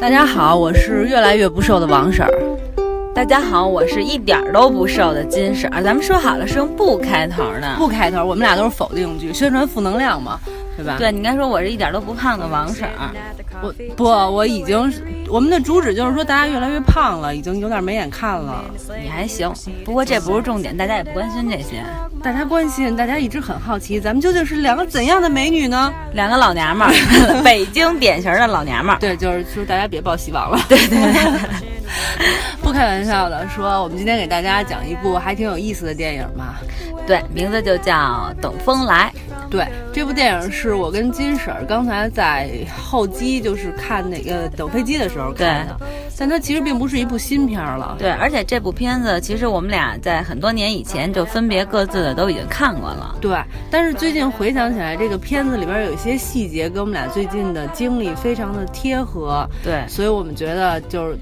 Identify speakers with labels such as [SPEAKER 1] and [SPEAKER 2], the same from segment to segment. [SPEAKER 1] 大家好，我是越来越不瘦的王婶儿。
[SPEAKER 2] 大家好，我是一点儿都不瘦的金婶儿。咱们说好了是用不开头的。
[SPEAKER 1] 不开头，我们俩都是否定句，宣传负能量嘛，对吧？
[SPEAKER 2] 对，你应该说我是一点儿都不胖的王婶儿。
[SPEAKER 1] 我不，我已经是我们的主旨就是说，大家越来越胖了，已经有点没眼看了。
[SPEAKER 2] 你还行，不过这不是重点，大家也不关心这些。
[SPEAKER 1] 大家关心，大家一直很好奇，咱们究竟是两个怎样的美女呢？
[SPEAKER 2] 两个老娘们 儿，北京典型的老娘们儿。
[SPEAKER 1] 对，就是就是大家别抱希望了。
[SPEAKER 2] 对对对，
[SPEAKER 1] 不开玩笑的说，我们今天给大家讲一部还挺有意思的电影嘛。
[SPEAKER 2] 对，名字就叫《等风来》。
[SPEAKER 1] 对，这部电影是我跟金婶儿刚才在候机，就是看那个等飞机的时候看的。但它其实并不是一部新片儿了。
[SPEAKER 2] 对，而且这部片子其实我们俩在很多年以前就分别各自的都已经看过了。
[SPEAKER 1] 对，但是最近回想起来，这个片子里边有一些细节跟我们俩最近的经历非常的贴合，
[SPEAKER 2] 对，
[SPEAKER 1] 所以我们觉得就是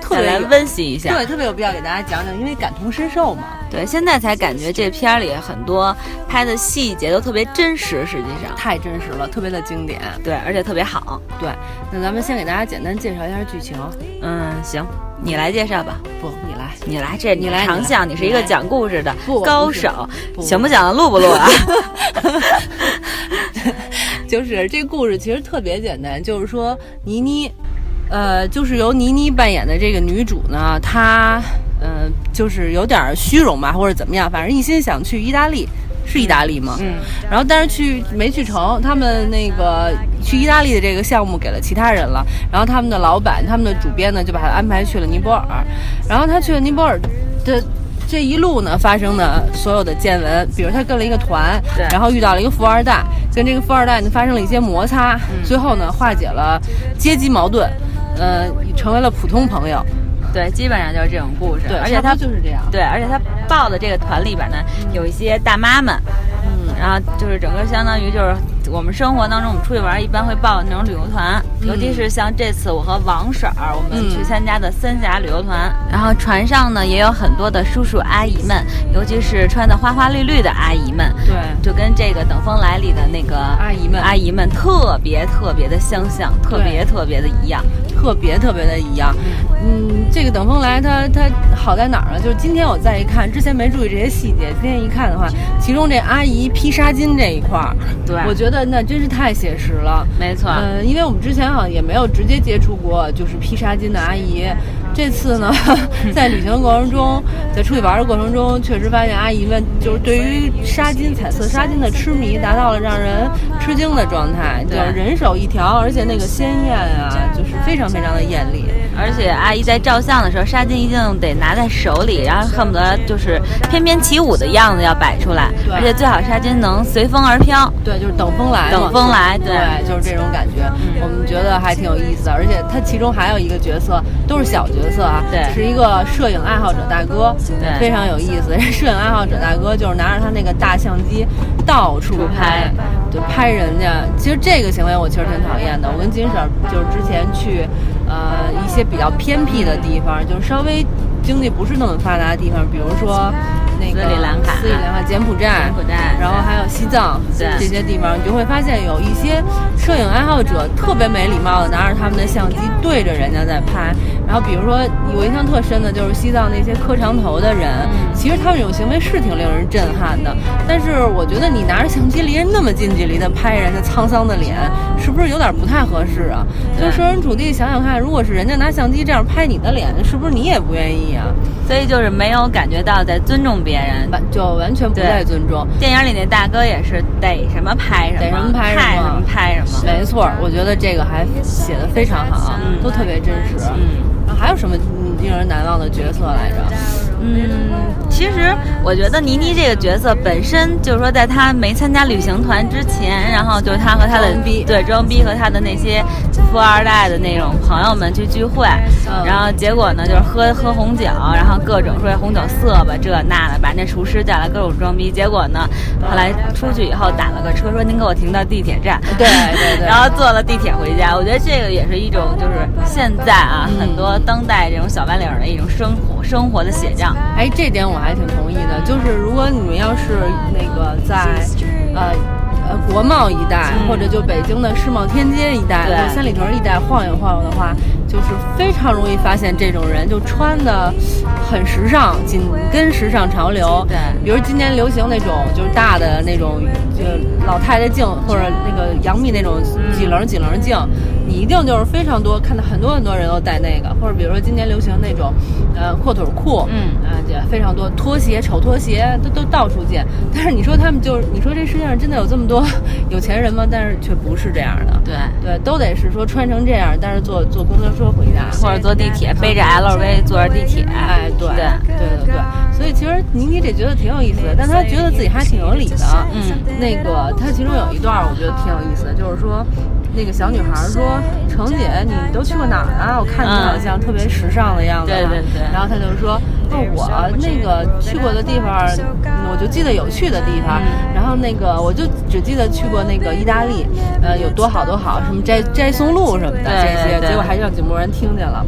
[SPEAKER 1] 特
[SPEAKER 2] 再
[SPEAKER 1] 别
[SPEAKER 2] 来
[SPEAKER 1] 有
[SPEAKER 2] 温习一下。
[SPEAKER 1] 对特别有必要给大家讲讲，因为感同身受嘛。
[SPEAKER 2] 对，现在才感觉这片儿里很多拍的细节都特别真实，实际上
[SPEAKER 1] 太真实了，特别的经典。
[SPEAKER 2] 对，而且特别好。
[SPEAKER 1] 对，那咱们先给大家简单介绍一下剧情。
[SPEAKER 2] 嗯，行，你来介绍吧，
[SPEAKER 1] 不，你来。
[SPEAKER 2] 你来，这
[SPEAKER 1] 你来
[SPEAKER 2] 长
[SPEAKER 1] 你来
[SPEAKER 2] 项，你是一个
[SPEAKER 1] 你来
[SPEAKER 2] 讲故事的
[SPEAKER 1] 不我不
[SPEAKER 2] 高
[SPEAKER 1] 是
[SPEAKER 2] 手，
[SPEAKER 1] 不
[SPEAKER 2] 行不行？录不录啊？
[SPEAKER 1] 就是这故事其实特别简单，就是说倪妮，呃，就是由倪妮扮演的这个女主呢，她呃就是有点虚荣吧，或者怎么样，反正一心想去意大利，是意大利吗？
[SPEAKER 2] 嗯，
[SPEAKER 1] 然后但是去没去成，他们那个去意大利的这个项目给了其他人了，然后他们的老板、他们的主编呢就把他安排去了尼泊尔，然后他去了尼泊尔的。这一路呢发生的所有的见闻，比如他跟了一个团
[SPEAKER 2] 对，
[SPEAKER 1] 然后遇到了一个富二代，跟这个富二代呢发生了一些摩擦，
[SPEAKER 2] 嗯
[SPEAKER 1] 最后呢化解了阶级矛盾，呃，成为了普通朋友。
[SPEAKER 2] 对，基本上就是这种故事，
[SPEAKER 1] 对，
[SPEAKER 2] 而且
[SPEAKER 1] 差
[SPEAKER 2] 他
[SPEAKER 1] 不多就是这样。
[SPEAKER 2] 对，而且他报的这个团里边呢，有一些大妈们，嗯，然后就是整个相当于就是我们生活当中，我们出去玩儿一般会报那种旅游团，尤
[SPEAKER 1] 嗯
[SPEAKER 2] 其是像这次我和王婶儿我们去参加的三峡旅游团，然后船上呢也有很多的叔叔阿姨们，尤其是穿的花花绿绿的阿姨们，
[SPEAKER 1] 对
[SPEAKER 2] 就跟这个《等风来》里的那个
[SPEAKER 1] 阿姨们
[SPEAKER 2] 阿姨们特别特别的相像，特别特别的一样，
[SPEAKER 1] 特别特别的一样。嗯，这个等风来它它好在哪儿呢？就是今天我再一看，之前没注意这些细节，今天一看的话，其中这阿姨披纱巾这一块儿，
[SPEAKER 2] 对
[SPEAKER 1] 我觉得那真是太写实了。
[SPEAKER 2] 没错，
[SPEAKER 1] 嗯、因为我们之前好像也没有直接接触过就是披纱巾的阿姨，这次 呢，在旅行的过程中，在出去玩的过程中，确实发现阿姨们就是对于纱巾、彩色纱巾的痴迷达到了让人吃惊的状态，就
[SPEAKER 2] 对
[SPEAKER 1] 是人手一条，而且那个鲜艳啊，就是非常非常的艳丽。
[SPEAKER 2] 而且阿姨在照相的时候，纱巾一定得拿在手里，然后恨不得就是翩翩起舞的样子要摆出来，
[SPEAKER 1] 对
[SPEAKER 2] 而且最好纱巾能随风而飘。
[SPEAKER 1] 对，就是等风来嘛，
[SPEAKER 2] 等风来
[SPEAKER 1] 对
[SPEAKER 2] 对嗯
[SPEAKER 1] 就是这种感觉，我们觉得还挺有意思的。而且他其中还有一个角色，都是小角色啊，
[SPEAKER 2] 对
[SPEAKER 1] 是一个摄影爱好者大哥，
[SPEAKER 2] 对
[SPEAKER 1] 非常有意思。 摄影爱好者大哥就是拿着他那个大相机到处拍
[SPEAKER 2] 拍，
[SPEAKER 1] 就拍人家。其实这个行为我其实挺讨厌的。我跟金婶儿就是之前去，呃，一些比较偏僻的地方，就是稍微经济不是那么发达的地方，比如说那个
[SPEAKER 2] 斯里兰卡
[SPEAKER 1] 斯里兰卡、柬埔寨、
[SPEAKER 2] 柬埔寨
[SPEAKER 1] 然后还有西藏
[SPEAKER 2] 对
[SPEAKER 1] 这些地方，你就会发现有一些摄影爱好者特别没礼貌的拿着他们的相机对着人家在拍。然后比如说，我印象特深的就是西藏那些磕长头的人，其实他们这种行为是挺令人震撼的。但是我觉得你拿着相机离人那么近距离的拍人家沧桑的脸，是不是有点不太合适啊？就
[SPEAKER 2] 对
[SPEAKER 1] 设身处地想想看，如果是人家拿相机这样拍你的脸，是不是你也不愿意啊？
[SPEAKER 2] 所以就是没有感觉到在尊重别人。
[SPEAKER 1] 完就完全不
[SPEAKER 2] 对
[SPEAKER 1] 再尊重。
[SPEAKER 2] 电影里那大哥也是逮什么拍什么，
[SPEAKER 1] 逮什么拍什么
[SPEAKER 2] 看什么拍什么。
[SPEAKER 1] 没错儿，我觉得这个还写的非常好，啊
[SPEAKER 2] 嗯
[SPEAKER 1] 都特别真实。啊
[SPEAKER 2] 嗯
[SPEAKER 1] 然后还有什么嗯令人难忘的角色来着？
[SPEAKER 2] 嗯，其实我觉得倪妮这个角色本身就是说，在她没参加旅行团之前，然后就是她和她的
[SPEAKER 1] 装逼
[SPEAKER 2] 对装逼和她的那些富二代的那种朋友们去聚会，
[SPEAKER 1] 嗯
[SPEAKER 2] 然后结果呢就是喝喝红酒，然后各种说哎红酒色吧这那的，把那厨师叫来各种装逼，结果呢后来出去以后打了个车，说您给我停到地铁站，
[SPEAKER 1] 对对对
[SPEAKER 2] 然后坐了地铁回家。我觉得这个也是一种就是现在啊、很多
[SPEAKER 1] 嗯
[SPEAKER 2] 当代这种小白领的一种生活生活的写照。
[SPEAKER 1] 哎，这点我还挺同意的，就是如果你们要是那个在呃呃国贸一带，
[SPEAKER 2] 嗯
[SPEAKER 1] 或者就北京的世贸天阶一带，
[SPEAKER 2] 对
[SPEAKER 1] 或者三里屯一带晃悠晃悠的话，就是非常容易发现这种人，就穿的很时尚，紧跟时尚潮流。
[SPEAKER 2] 对
[SPEAKER 1] 比如今年流行那种就是大的那种，就老太太镜或者那个杨幂那种
[SPEAKER 2] 嗯
[SPEAKER 1] 几棱几棱镜，你一定就是非常多看到很多很多人都戴那个，或者比如说今年流行那种，呃，阔腿裤，
[SPEAKER 2] 嗯
[SPEAKER 1] 啊，这非常多拖鞋、丑拖鞋都都到处见。但是你说他们就是，你说这世界上真的有这么多有钱人吗？但是却不是这样的。
[SPEAKER 2] 对，
[SPEAKER 1] 对，都得是说穿成这样，但是坐坐公交车回家，
[SPEAKER 2] 或者坐地铁，背着 LV 坐着地铁，
[SPEAKER 1] 哎，对，
[SPEAKER 2] 对
[SPEAKER 1] 对对对，所以其实倪妮这觉得挺有意思的，但她觉得自己还挺有理的。
[SPEAKER 2] 嗯
[SPEAKER 1] 那个她其中有一段儿我觉得挺有意思的，就是说。那个小女孩儿说：“程姐，你都去过哪儿啊？我看你好像特别时尚的样子。”啊
[SPEAKER 2] 对对对
[SPEAKER 1] 然后她就说：“哦，我那个去过的地方儿，我就记得有去的地方儿。
[SPEAKER 2] 嗯
[SPEAKER 1] 然后那个我就只记得去过那个意大利，呃，有多好多好，什么摘摘松露什么的
[SPEAKER 2] 对
[SPEAKER 1] 这些。
[SPEAKER 2] 对对
[SPEAKER 1] 结果还让井柏然听见了。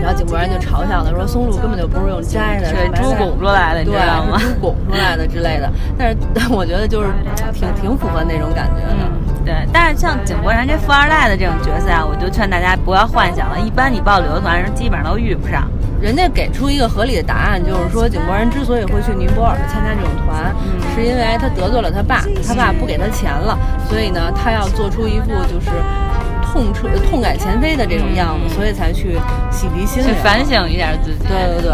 [SPEAKER 1] 然后井柏然就嘲笑他说：“松露根本就不是用摘的，
[SPEAKER 2] 是
[SPEAKER 1] 什么
[SPEAKER 2] 猪拱出来的你
[SPEAKER 1] 对，
[SPEAKER 2] 知道吗
[SPEAKER 1] 是猪拱出来的之类的。” 但是我觉得就是挺挺符合那种感觉的。
[SPEAKER 2] 嗯，对，但是像井柏然这富二代的这种角色啊，我就劝大家不要幻想了。一般你报旅游团，人基本上都遇不上。
[SPEAKER 1] 人家给出一个合理的答案，就是说井柏然之所以会去尼泊尔参加这种团，
[SPEAKER 2] 嗯
[SPEAKER 1] 是因为他得罪了他爸，他爸不给他钱了，所以呢，他要做出一副就是痛彻痛改前非的这种样子，
[SPEAKER 2] 嗯
[SPEAKER 1] 所以才去洗涤心
[SPEAKER 2] 去
[SPEAKER 1] 灵。啊
[SPEAKER 2] 反省一下自己。
[SPEAKER 1] 对对对，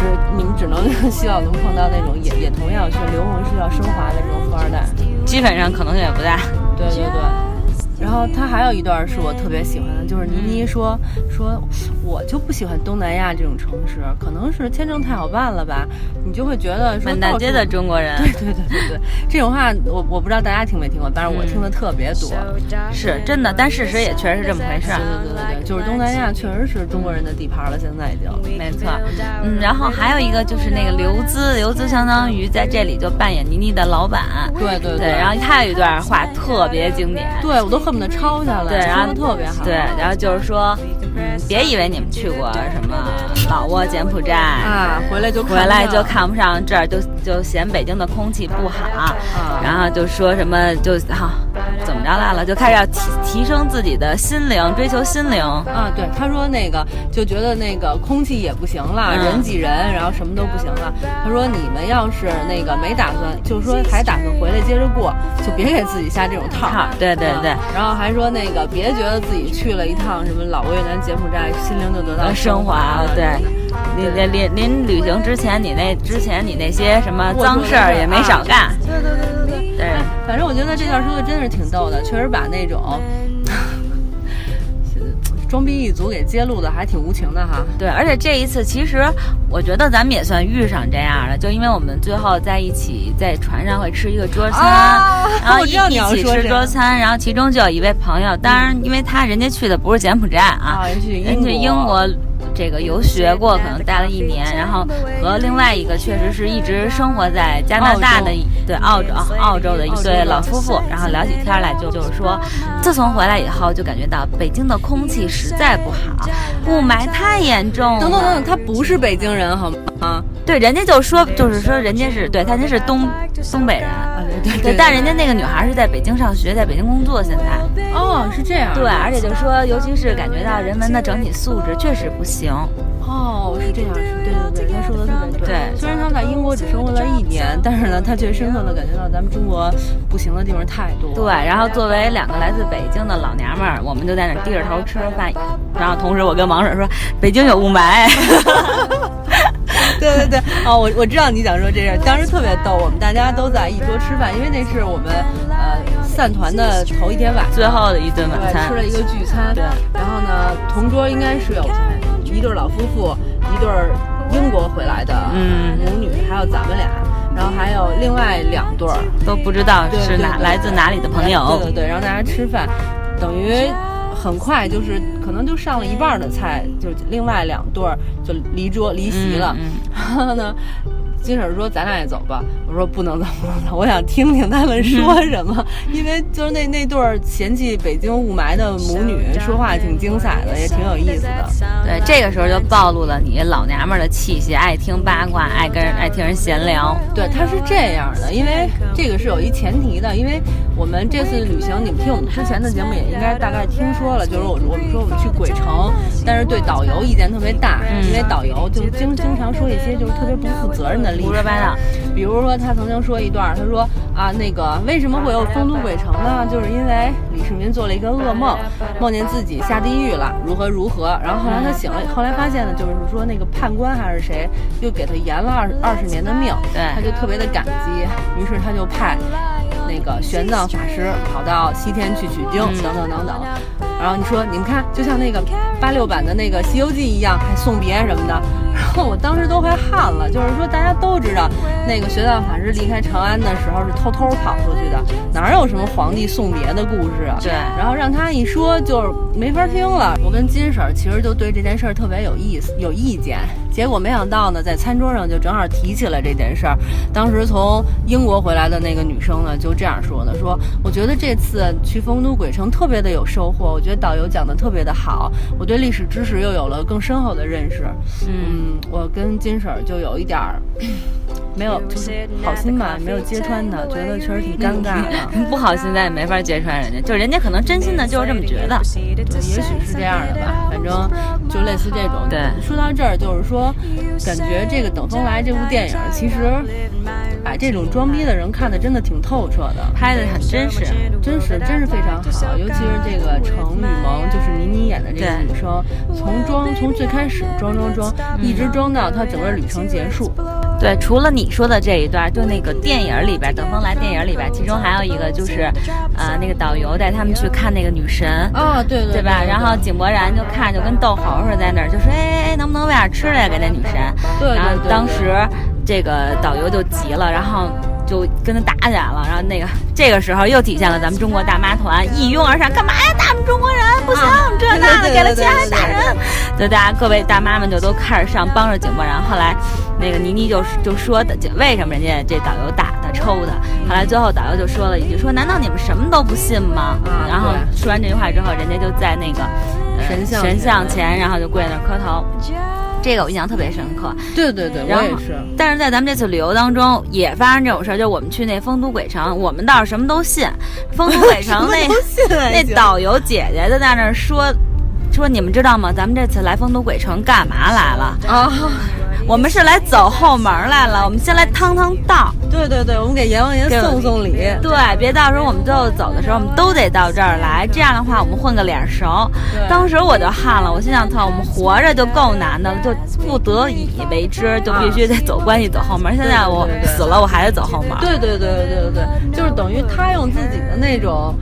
[SPEAKER 1] 只你们只能希望能碰到那种也也同样是灵魂需要升华的这种富二代。
[SPEAKER 2] 基本上可能性也不大。
[SPEAKER 1] 对对对。然后他还有一段是我特别喜欢的，就是倪妮说说我就不喜欢东南亚这种城市，可能是签证太好办了吧，你就会觉得说
[SPEAKER 2] 满大
[SPEAKER 1] 到
[SPEAKER 2] 街
[SPEAKER 1] 处
[SPEAKER 2] 的中国人
[SPEAKER 1] 对 对对对对，这种话我我不知道大家听没听过，但是我听的特别多。
[SPEAKER 2] 是真的，但事实也确实是这么回事儿。
[SPEAKER 1] 对对对对，就是东南亚确实是中国人的地盘了，现在已经。
[SPEAKER 2] 没错，嗯，然后还有一个就是那个刘孜，刘孜相当于在这里就扮演倪妮的老板，
[SPEAKER 1] 对对
[SPEAKER 2] 对，然后他有一段话特别经典，
[SPEAKER 1] 对我都恨不得抄下来，
[SPEAKER 2] 对，然
[SPEAKER 1] 说
[SPEAKER 2] 后
[SPEAKER 1] 的特别好。
[SPEAKER 2] 对，然后就是说，嗯，别以为你们去过什么老挝、柬埔寨
[SPEAKER 1] 啊，回来就看
[SPEAKER 2] 回来
[SPEAKER 1] 不
[SPEAKER 2] 就
[SPEAKER 1] 上
[SPEAKER 2] 看不上这儿，就就嫌北京的空气不
[SPEAKER 1] 啊
[SPEAKER 2] 好，然后就说什么就哈、怎么着来了，就开始要提提升自己的心灵，追求心灵。
[SPEAKER 1] 啊，对，他说那个就觉得那个空气也不行了，
[SPEAKER 2] 嗯
[SPEAKER 1] 人挤人，然后什么都不行了。他说你们要是那个没打算，就 说还打算回来接着过，就别给自己下这种套儿。
[SPEAKER 2] 对对对
[SPEAKER 1] 啊，然后还说那个别觉得自己去了一趟什么老挝、越南、柬埔寨，心灵就得到
[SPEAKER 2] 呃，升华
[SPEAKER 1] 了
[SPEAKER 2] 了，。对。你
[SPEAKER 1] 对
[SPEAKER 2] 临临临旅行之前，你那之前你那些什么
[SPEAKER 1] 龌龊
[SPEAKER 2] 脏
[SPEAKER 1] 的
[SPEAKER 2] 事儿
[SPEAKER 1] 事儿
[SPEAKER 2] 也
[SPEAKER 1] 啊
[SPEAKER 2] 没少干，
[SPEAKER 1] 对对对对对。
[SPEAKER 2] 对，
[SPEAKER 1] 反正我觉得这段说的真的是挺逗的，确实把那种 装逼一族给揭露的还挺无情的哈。
[SPEAKER 2] 对，而且这一次其实我觉得咱们也算遇上这样了，就因为我们最后在一起在船上会吃一个桌餐，
[SPEAKER 1] 啊
[SPEAKER 2] 然 后
[SPEAKER 1] 我
[SPEAKER 2] 一
[SPEAKER 1] 知道你
[SPEAKER 2] 一
[SPEAKER 1] 要
[SPEAKER 2] 起
[SPEAKER 1] 说
[SPEAKER 2] 吃
[SPEAKER 1] 这
[SPEAKER 2] 桌
[SPEAKER 1] 个
[SPEAKER 2] 餐，然后其中就有一位朋友，当然因为他人家去的不是柬埔寨啊，
[SPEAKER 1] 啊人去
[SPEAKER 2] 人
[SPEAKER 1] 英
[SPEAKER 2] 家
[SPEAKER 1] 国
[SPEAKER 2] 英国。这个游学过，可能待了一年，然后和另外一个确实是一直生活在加拿大
[SPEAKER 1] 澳洲
[SPEAKER 2] 的一对澳洲啊澳洲的一
[SPEAKER 1] 澳洲
[SPEAKER 2] 对
[SPEAKER 1] 的
[SPEAKER 2] 老夫妇，然后聊起天来就就是说，自从回来以后就感觉到北京的空气实在不好，雾霾太严重了。
[SPEAKER 1] 等等等等，他不是北京人好吗？啊。
[SPEAKER 2] 对，人家就说，就是说人家是对，他家是东东北人，
[SPEAKER 1] 啊对
[SPEAKER 2] 对，但人家那个女孩是在北京上学，在北京工作，现在
[SPEAKER 1] 哦是这样，
[SPEAKER 2] 对，而且就说，尤其是感觉到人文的整体素质确实不行，
[SPEAKER 1] 哦是这样，是对对对，他说的特别对。
[SPEAKER 2] 对
[SPEAKER 1] 虽然他在英国只生活了一年，但是呢，他却深刻的感觉到咱们中国不行的地方太多。
[SPEAKER 2] 对，，然后作为两个来自北京的老娘们儿，我们就在那低着头吃着饭，然后同时我跟王婶说，北京有雾霾，
[SPEAKER 1] 对对对，哦，我我知道你想说这事儿，当时特别逗，我们大家都在一桌吃饭，因为那是我们呃散团的头一天晚上，
[SPEAKER 2] 最后的一顿晚
[SPEAKER 1] 对
[SPEAKER 2] 餐
[SPEAKER 1] 吃，了一个聚餐，
[SPEAKER 2] 对
[SPEAKER 1] 然后呢，同桌应该是有一对儿老夫妇，一对儿英国回来的
[SPEAKER 2] 嗯
[SPEAKER 1] 母女，还有咱们俩，然后还有另外两对儿
[SPEAKER 2] 都不知道
[SPEAKER 1] 对
[SPEAKER 2] 是
[SPEAKER 1] 对
[SPEAKER 2] 哪
[SPEAKER 1] 对
[SPEAKER 2] 来自哪里的朋友，
[SPEAKER 1] 对对对，让大家吃饭，等于很快就是可能就上了一半儿的菜，就另外两对儿就离桌离席了，
[SPEAKER 2] 嗯 嗯
[SPEAKER 1] 然后呢。金婶儿说：“咱俩也走吧。”我说：“不能走，不能走，我想听听他们说什么。
[SPEAKER 2] 嗯
[SPEAKER 1] 因为就是那那对儿嫌弃北京雾霾的母女，说话挺精彩的，也挺有意思的。
[SPEAKER 2] 嗯对，这个时候就暴露了你老娘们儿的气息，爱听八卦，爱跟人爱听人闲聊。
[SPEAKER 1] 对，它是这样的，因为这个是有一前提的，因为我们这次旅行，你们听我们之前的节目也应该大概听说了，就是我我们说我们去鬼城，是对导游意见特别大，
[SPEAKER 2] 嗯
[SPEAKER 1] 因为导游就经经常说一些就是特别不负责任的例
[SPEAKER 2] 胡
[SPEAKER 1] 子。
[SPEAKER 2] 说八道。
[SPEAKER 1] 比如说，他曾经说一段，他说啊，那个为什么会有丰都鬼城呢？就是因为李世民做了一个噩梦，梦见自己下地狱了，如何如何。然后后来他醒了，后来发现呢，就是说那个判官还是谁，又给他延了二二十年的命，
[SPEAKER 2] 对
[SPEAKER 1] 他就特别的感激，于是他就派那个玄奘法师跑到西天去取经，
[SPEAKER 2] 嗯
[SPEAKER 1] 等等等等。然后你说，你们看，就像那个八六版的那个《西游记》一样，还送别什么的。 然后我当时都快汗了，就是说大家都知道，那个玄奘法师离开长安的时候是偷偷跑出去的，哪有什么皇帝送别的故事啊？
[SPEAKER 2] 对
[SPEAKER 1] 然后让他一说就是没法听了。我跟金婶儿其实就对这件事儿特别有意思、有意见，结果没想到呢，在餐桌上就正好提起了这件事儿。当时从英国回来的那个女生呢，就这样说的：说我觉得这次去丰都鬼城特别的有收获，我觉得导游讲的特别的好，我对历史知识又有了更深厚的认识。
[SPEAKER 2] 嗯，
[SPEAKER 1] 嗯，我跟金婶儿就有一点儿。没有，就是好心吧，没有揭穿她，觉得确实挺尴尬的。
[SPEAKER 2] 嗯不好，现在也没法揭穿人家，就人家可能真心的就是这么觉得。
[SPEAKER 1] 对，也许是这样的吧，反正就类似这种。
[SPEAKER 2] 对
[SPEAKER 1] 说到这儿，就是说，感觉这个《等风来》这部电影，其实把这种装逼的人看得真的挺透彻的，
[SPEAKER 2] 拍的很真实，
[SPEAKER 1] 真是真是非常好。尤其是这个程雨萌，就是倪妮演的这个
[SPEAKER 2] 对
[SPEAKER 1] 女生，从装从最开始装装装，一直装到她整个旅程结束。
[SPEAKER 2] 对，除了你说的这一段，就那个电影里边，《等风来》电影里边，其中还有一个就是，呃，那个导游带他们去看那个女神，
[SPEAKER 1] 啊，对对
[SPEAKER 2] 对吧？然后井柏然就看，就跟逗猴似的在那儿，就说，哎哎哎，能不能喂点吃的呀给那女神？
[SPEAKER 1] 对对
[SPEAKER 2] 然后
[SPEAKER 1] 对
[SPEAKER 2] 当时这个导游就急了，然后就跟他打起来了。然后那个这个时候又体现了咱们中国大妈团一拥而上，干嘛呀？咱们中国人不行，这那的，
[SPEAKER 1] 啊对对对
[SPEAKER 2] 给了钱还
[SPEAKER 1] 对对对
[SPEAKER 2] 打人。就大家各位大妈们就都开始上帮着井柏然。后来那个倪妮就就说的，就为什么人家这导游打他抽他？后来最后导游就说了一句，说难道你们什么都不信吗？
[SPEAKER 1] 啊
[SPEAKER 2] 然后
[SPEAKER 1] 对
[SPEAKER 2] 说完这句话之后，人家就在那个。呃
[SPEAKER 1] 神像
[SPEAKER 2] 神
[SPEAKER 1] 前
[SPEAKER 2] 像前，然后就跪那儿磕头，这个我印象特别深刻。
[SPEAKER 1] 对对对，
[SPEAKER 2] 然
[SPEAKER 1] 我
[SPEAKER 2] 后
[SPEAKER 1] 也是。
[SPEAKER 2] 但是在咱们这次旅游当中也发生这种事儿，就我们去那丰都鬼城，我们倒是什么都信，丰都 鬼城那那导游姐姐就在那儿说。说你们知道吗？咱们这次来丰都鬼城干嘛来了？
[SPEAKER 1] 啊，
[SPEAKER 2] 我们是来走后门来了。我们先来趟趟道，
[SPEAKER 1] 对对对，我们给阎王爷
[SPEAKER 2] 给我
[SPEAKER 1] 送送礼。
[SPEAKER 2] 对，别到时候我们最后走的时候，我们都得到这儿来。这样的话，我们混个脸熟。
[SPEAKER 1] 对
[SPEAKER 2] 当时我就汗了，我心想：操，我们活着就够难的，就不得已为之，就必须得走关系、走后门。现在我
[SPEAKER 1] 对对对
[SPEAKER 2] 死了，我还得走后门。
[SPEAKER 1] 对对对对对对，就是等于他用自己的那种，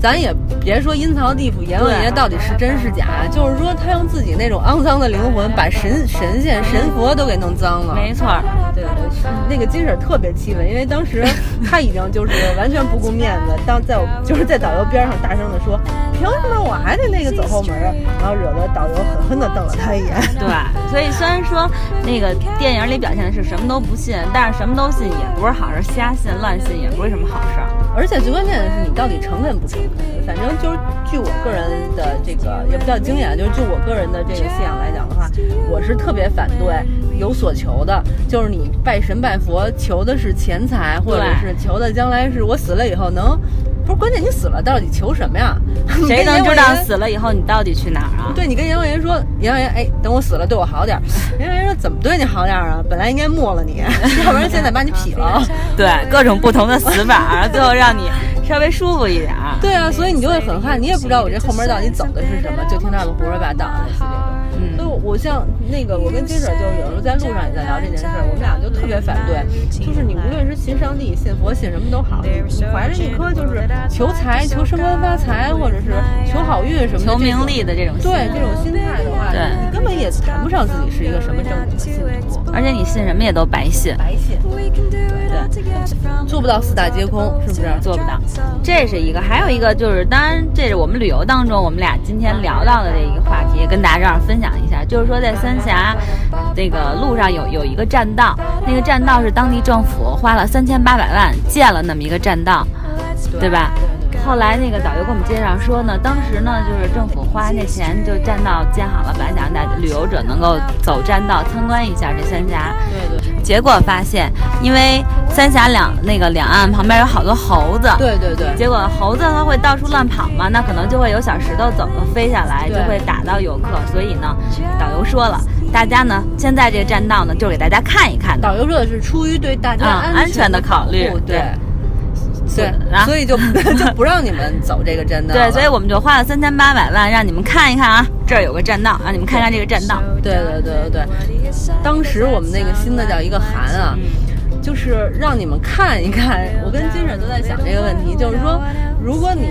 [SPEAKER 1] 咱也别说阴曹地府阎王爷
[SPEAKER 2] 对
[SPEAKER 1] 到底是真是假，就是说他用自己那种肮脏的灵魂，把神神仙神佛都给弄脏了。
[SPEAKER 2] 没错儿，
[SPEAKER 1] 对对，是那个金婶儿特别气愤，因为当 时他已经就是完全不顾面子，当在我就是在导游边上大声的说，凭什么我还得那个走后门啊？然后惹得导游狠狠的瞪了他一眼。
[SPEAKER 2] 对。所以虽然说那个电影里表现的是什么都不信，但是什么都信也不是好事，瞎信乱信也不是什么好事儿。
[SPEAKER 1] 而且最关键的是，你到底诚恳不诚恳？反正就是据我个人的这个，也不叫经验，啊就是据我个人的这个信仰来讲的话，我是特别反对有所求的，就是你拜神拜佛求的是钱财，或者是求的将来是我死了以后能，不是关键你死了到底求什么呀？
[SPEAKER 2] 谁能知道
[SPEAKER 1] 死？
[SPEAKER 2] 死了以后你到底去哪儿啊？
[SPEAKER 1] 对你跟阎王爷说，阎王爷哎，等我死了对我好点儿。阎王爷说怎么对你好点儿啊？本来应该没了 你，要不然现在把你劈
[SPEAKER 2] 啊
[SPEAKER 1] 了。
[SPEAKER 2] 对，各种不同的死法，然后最后让你稍微舒服一点儿。
[SPEAKER 1] 对啊，所以你就会很汗，你也不知道我这后门到底走的是什么，就听他们胡说八道类似这种。
[SPEAKER 2] 嗯
[SPEAKER 1] 所以我像那个，我跟金婶就是有时候在路上也在聊这件事儿，我们俩就特别反对，就是你无论是信上帝、信佛、信什么都好，你你怀着一颗就是呃求财、求升官发财，或者是求好运什么的，
[SPEAKER 2] 求名利的这种心
[SPEAKER 1] 对这种心态的话，
[SPEAKER 2] 对
[SPEAKER 1] 你根本也谈不上自己是一个什么正经的信徒，
[SPEAKER 2] 而且你信什么也都白信，
[SPEAKER 1] 白信，对，做不到四大皆空，是不是？
[SPEAKER 2] 做不到。这是一个，还有一个就是，当然这是我们旅游当中我们俩今天聊到的这一个话题，跟大家这样分享一下，就是说在三峡这个路上有有一个栈道，那个栈道是当地政府花了三千八百万建了那么一个栈道，对吧？
[SPEAKER 1] 对对对
[SPEAKER 2] 后来那个导游给我们介绍说呢，当时呢就是政府花那钱就栈道建好了，本来想大家旅游者能够走栈道参观一下这三峡，
[SPEAKER 1] 对对
[SPEAKER 2] 结果发现因为三峡两那个两岸旁边有好多猴子，
[SPEAKER 1] 对对对，
[SPEAKER 2] 结果猴子它会到处乱跑嘛，那可能就会有小石头走飞下来，就
[SPEAKER 1] 对
[SPEAKER 2] 会打到游客。所以呢，导游说了，大家呢现在这个栈道呢，就是给大家看一看的。
[SPEAKER 1] 导游说的是出于对大家
[SPEAKER 2] 啊安全的
[SPEAKER 1] 的
[SPEAKER 2] 考虑
[SPEAKER 1] 护
[SPEAKER 2] 对
[SPEAKER 1] 对。对
[SPEAKER 2] 然，后
[SPEAKER 1] 所以就 就不让你们走这个栈 道了。
[SPEAKER 2] 对，所以我们就花了三千八百万，让你们看一看啊，这儿有个栈道，让你们看看这个栈道。
[SPEAKER 1] 对对对对对，当时我们那个新的叫一个函啊，就是让你们看一看。 我跟金婶都在想这个问题，就是说，如果你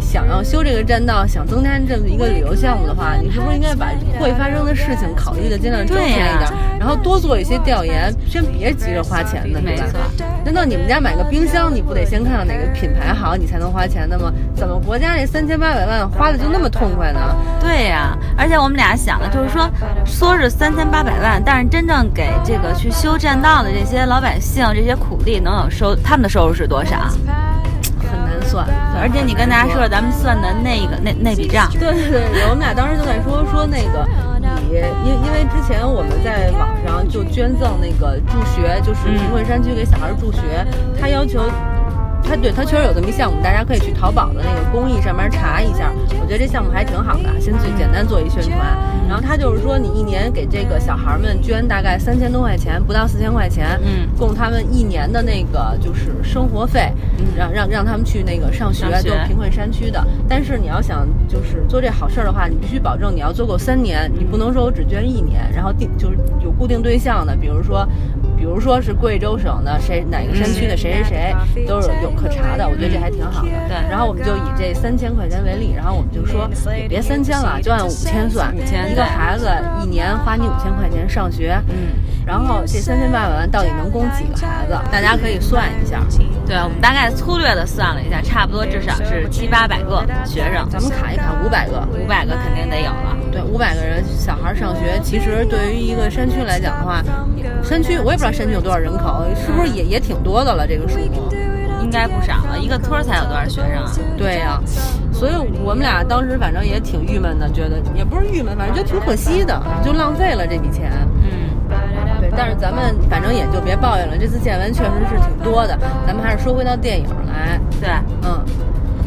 [SPEAKER 1] 想要修这个栈道，想增加这么一个旅游项目的话，你是不是应该把会发生的事情考虑的尽量周全一点
[SPEAKER 2] 对呀，
[SPEAKER 1] 然后多做一些调研，先别急着花钱呢，对吧
[SPEAKER 2] 没错？
[SPEAKER 1] 难道你们家买个冰箱，你不得先看看哪个品牌好，你才能花钱的吗？怎么国家这三千八百万花的就那么痛快呢？
[SPEAKER 2] 对呀、而且我们俩想的就是说，说是三千八百万，但是真正给这个去修栈道的这些老百姓、这些苦力能有收，他们的收入是多少？
[SPEAKER 1] 很难算，
[SPEAKER 2] 而且你跟大家说，咱们算的那个那那笔账，
[SPEAKER 1] 对对对，我们俩当时就在说说那个你，因因为之前我们在网上就捐赠那个助学，就是
[SPEAKER 2] 嗯
[SPEAKER 1] 贫困山区给小孩儿助学，他要求。他对他确实有这么一项目，大家可以去淘宝的那个公益上面查一下。我觉得这项目还挺好的，先
[SPEAKER 2] 嗯
[SPEAKER 1] 最简单做一宣传。然后他就是说，你一年给这个小孩儿们捐大概三千多块钱，不到四千块钱，
[SPEAKER 2] 嗯
[SPEAKER 1] 供他们一年的那个就是生活费，让让让他们去那个嗯上学，
[SPEAKER 2] 上学
[SPEAKER 1] 都贫困山区的。但是你要想就是做这好事儿的话，你必须保证你要做够三年，你不能说我只捐一年，然后定就是有固定对象的，比如说。比如说是贵州省的谁哪个山区的谁谁谁都是有可查的，我觉得这还挺好的。
[SPEAKER 2] 对
[SPEAKER 1] 然后我们就以这三千块钱为例，然后我们就说也别三千了，就按五千算，
[SPEAKER 2] 5000
[SPEAKER 1] 一个孩子一年花你五千块钱上学，
[SPEAKER 2] 嗯，
[SPEAKER 1] 然后这三千八百万到底能供几个孩子？大家可以算一下。
[SPEAKER 2] 对，我们大概粗略的算了一下，差不多至少是七八百个学生，
[SPEAKER 1] 咱们砍一砍五百个，
[SPEAKER 2] 五百个肯定得有了。
[SPEAKER 1] 对，五百个人小孩上学，其实对于一个山区来讲的话，也山区我也不知道山区有多少人口，是不是也也挺多的了？这个数目。
[SPEAKER 2] 应该不少了，一个村儿才有多少学生啊？
[SPEAKER 1] 对呀、所以我们俩当时反正也挺郁闷的，觉得也不是郁闷，反正觉得挺可惜的，就浪费了这笔钱。
[SPEAKER 2] 嗯，
[SPEAKER 1] 对，但是咱们反正也就别抱怨了，这次见闻确实是挺多的。咱们还是说回到电影来。
[SPEAKER 2] 对，
[SPEAKER 1] 嗯，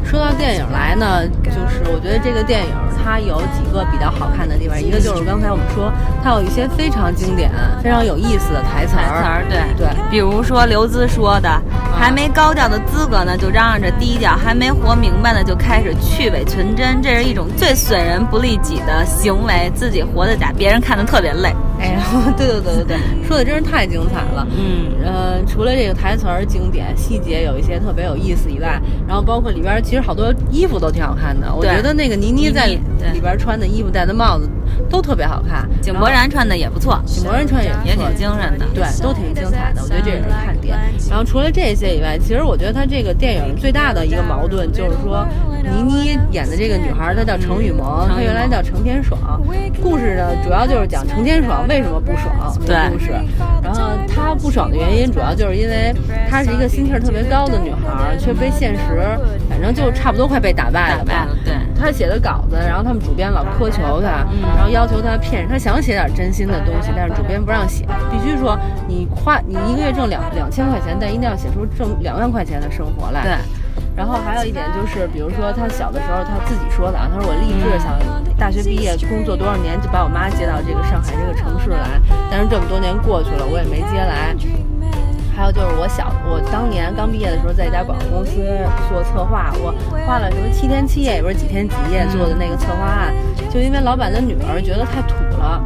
[SPEAKER 1] 说到电影来呢，就是我觉得这个电影它有几个比较好看的地方，一个就是刚才我们说，它有一些非常经典、非常有意思的台词
[SPEAKER 2] 台词
[SPEAKER 1] 儿。
[SPEAKER 2] 儿对嗯
[SPEAKER 1] 对
[SPEAKER 2] 比如说刘孜说的，还没高调的资格呢，就嚷嚷着低调；还没活明白呢，就开始去伪存真，这是一种最损人不利己的行为，自己活得假，别人看得特别累。
[SPEAKER 1] 哎呀， 对对对对对，说的真是太精彩了。
[SPEAKER 2] 嗯，
[SPEAKER 1] 呃，除了这个台词儿经典，细节有一些特别有意思以外，然后包括里边儿其实好多衣服都挺好看的。我
[SPEAKER 2] 对
[SPEAKER 1] 觉得那个倪妮在
[SPEAKER 2] 倪妮对
[SPEAKER 1] 里边儿穿的衣服、戴的帽子都特别好看。
[SPEAKER 2] 井柏然穿的也不错，
[SPEAKER 1] 井柏然穿也不错
[SPEAKER 2] 也挺精神的。
[SPEAKER 1] 对，都挺精彩的，我觉得这也是看点。然后除了这些以外，其实我觉得他这个电影最大的一个矛盾就是说，倪妮演的这个女孩儿她叫嗯程雨萌，她原来叫程天爽。故事呢，主要就是讲程天爽为什么不爽
[SPEAKER 2] 对
[SPEAKER 1] 的故事。然后她不爽的原因，主要就是因为她是一个心气儿特别高的女孩儿，却被现实，反正就差不多快被打败
[SPEAKER 2] 打
[SPEAKER 1] 了吧。
[SPEAKER 2] 败了，对。
[SPEAKER 1] 他写的稿子，然后他们主编老苛求他，然后要求他骗人。他想写点真心的东西，但是主编不让写，必须说你花你一个月挣两两千块钱，但一定要写出挣两万块钱的生活来。
[SPEAKER 2] 对，
[SPEAKER 1] 然后还有一点就是，比如说他小的时候他自己说的啊，他说我立志想大学毕业工作多少年就把我妈接到这个上海这个城市来，但是这么多年过去了，我也没接来。还有就是我小我当年刚毕业的时候，在一家广告公司做策划，我花了什么七天七夜，也不是几天几
[SPEAKER 2] 嗯
[SPEAKER 1] 夜做的那个策划案，就因为老板的女儿觉得太土了。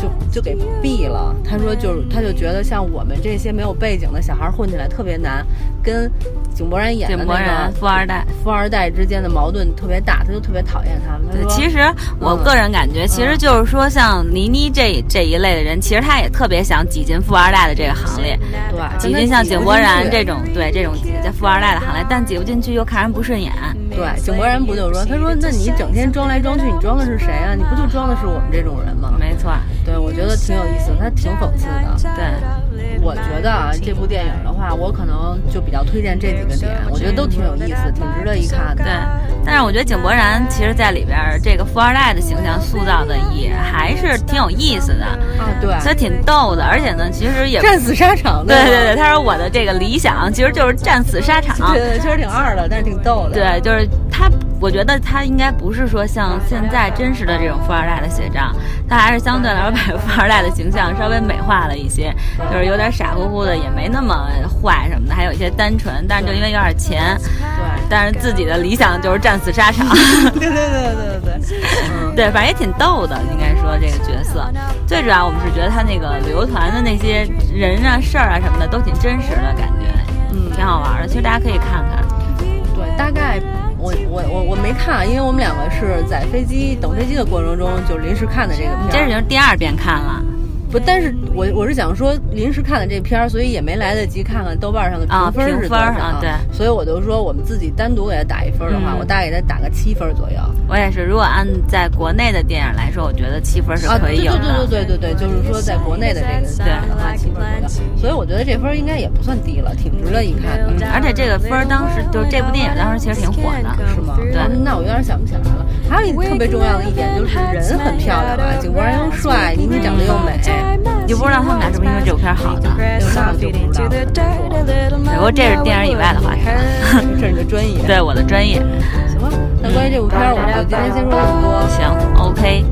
[SPEAKER 1] 就就给毙了。他说就是，他就觉得像我们这些没有背景的小孩混起来特别难，跟井柏然演的
[SPEAKER 2] 井柏
[SPEAKER 1] 那
[SPEAKER 2] 然
[SPEAKER 1] 个
[SPEAKER 2] 富二代，
[SPEAKER 1] 富二代之间的矛盾特别大，他就特别讨厌他们。他
[SPEAKER 2] 对，
[SPEAKER 1] 说
[SPEAKER 2] 其实我个人感觉，其实就是说，像倪妮这这一类的人，其实她也特别想挤进富二代的这个行列，
[SPEAKER 1] 对，
[SPEAKER 2] 啊挤进像井柏然这
[SPEAKER 1] 种。
[SPEAKER 2] 种，对这种挤进富二代的行列，但挤不进去又看人不顺眼。
[SPEAKER 1] 对，整国人不就说，他说那你整天装来装去，你装的是谁啊？你不就装的是我们这种人吗？
[SPEAKER 2] 没错，
[SPEAKER 1] 对，我觉得挺有意思的，他挺讽刺的。
[SPEAKER 2] 对，
[SPEAKER 1] 我觉得啊，这部电影的话，我可能就比较推荐这几个点，我觉得都挺有意思，挺值得一看的。
[SPEAKER 2] 对，但是我觉得井柏然其实在里边儿这个富二代的形象塑造的也还是挺有意思的，
[SPEAKER 1] 啊，对，
[SPEAKER 2] 所以挺逗的，而且呢，其实也。
[SPEAKER 1] 战死沙场的，
[SPEAKER 2] 对对对，他说我的这个理想其实就是战死沙场，
[SPEAKER 1] 对对，啊确实挺二的，但是挺逗的。
[SPEAKER 2] 对，就是他，我觉得他应该不是说像现在真实的这种富二代的写照，他还是相对来说把富二代的形象稍微美化了一些，就是有点傻乎乎的，也没那么坏什么的，还有一些单纯，但是就因为有点钱，
[SPEAKER 1] 对
[SPEAKER 2] 但是自己的理想就是战死沙场，
[SPEAKER 1] 对对对对对对，嗯，
[SPEAKER 2] 对，反正也挺逗的，应该说这个角色，最主要我们是觉得他那个旅游团的那些人啊、事儿啊什么的都挺真实的感觉，
[SPEAKER 1] 嗯
[SPEAKER 2] 挺好玩的，其实大家可以看看。
[SPEAKER 1] 对，大概我我我我没看，因为我们两个是在飞机等飞机的过程中就临时看的这个片儿。
[SPEAKER 2] 这是已经第二遍看了。
[SPEAKER 1] 不，但是我我是想说临时看的这片儿，所以也没来得及看看豆瓣上的
[SPEAKER 2] 啊
[SPEAKER 1] 评分
[SPEAKER 2] 评
[SPEAKER 1] 是多少。
[SPEAKER 2] 分啊对
[SPEAKER 1] 所以我就说我们自己单独给它打一分的话，
[SPEAKER 2] 嗯
[SPEAKER 1] 我大概给它打个七分左右。
[SPEAKER 2] 我也是，如果按在国内的电影来说，我觉得七分是
[SPEAKER 1] 啊，
[SPEAKER 2] 可
[SPEAKER 1] 对
[SPEAKER 2] 以
[SPEAKER 1] 对
[SPEAKER 2] 有的。
[SPEAKER 1] 对对对对，就是说在国内的这个电影的话，七分左右。所以我觉得这分儿应该也不算低了，挺值得一看的。
[SPEAKER 2] 嗯，而且这个分儿当时就这部电影当时其实挺火的，
[SPEAKER 1] 是吗？
[SPEAKER 2] 对
[SPEAKER 1] 那我有点想不起来了。还有一个特别重要的一点就是人很漂亮啊，井柏然又帅，倪妮长得又美。
[SPEAKER 2] 你就不知道他们俩是不是因为这部片儿好
[SPEAKER 1] 啊
[SPEAKER 2] 的。
[SPEAKER 3] 只不过这是电影以外的话题了。
[SPEAKER 1] 这是你的专业。
[SPEAKER 2] 对我的专业，
[SPEAKER 1] 行吧，那关于这部片儿，我们就今天先说这么多。
[SPEAKER 2] 行，OK，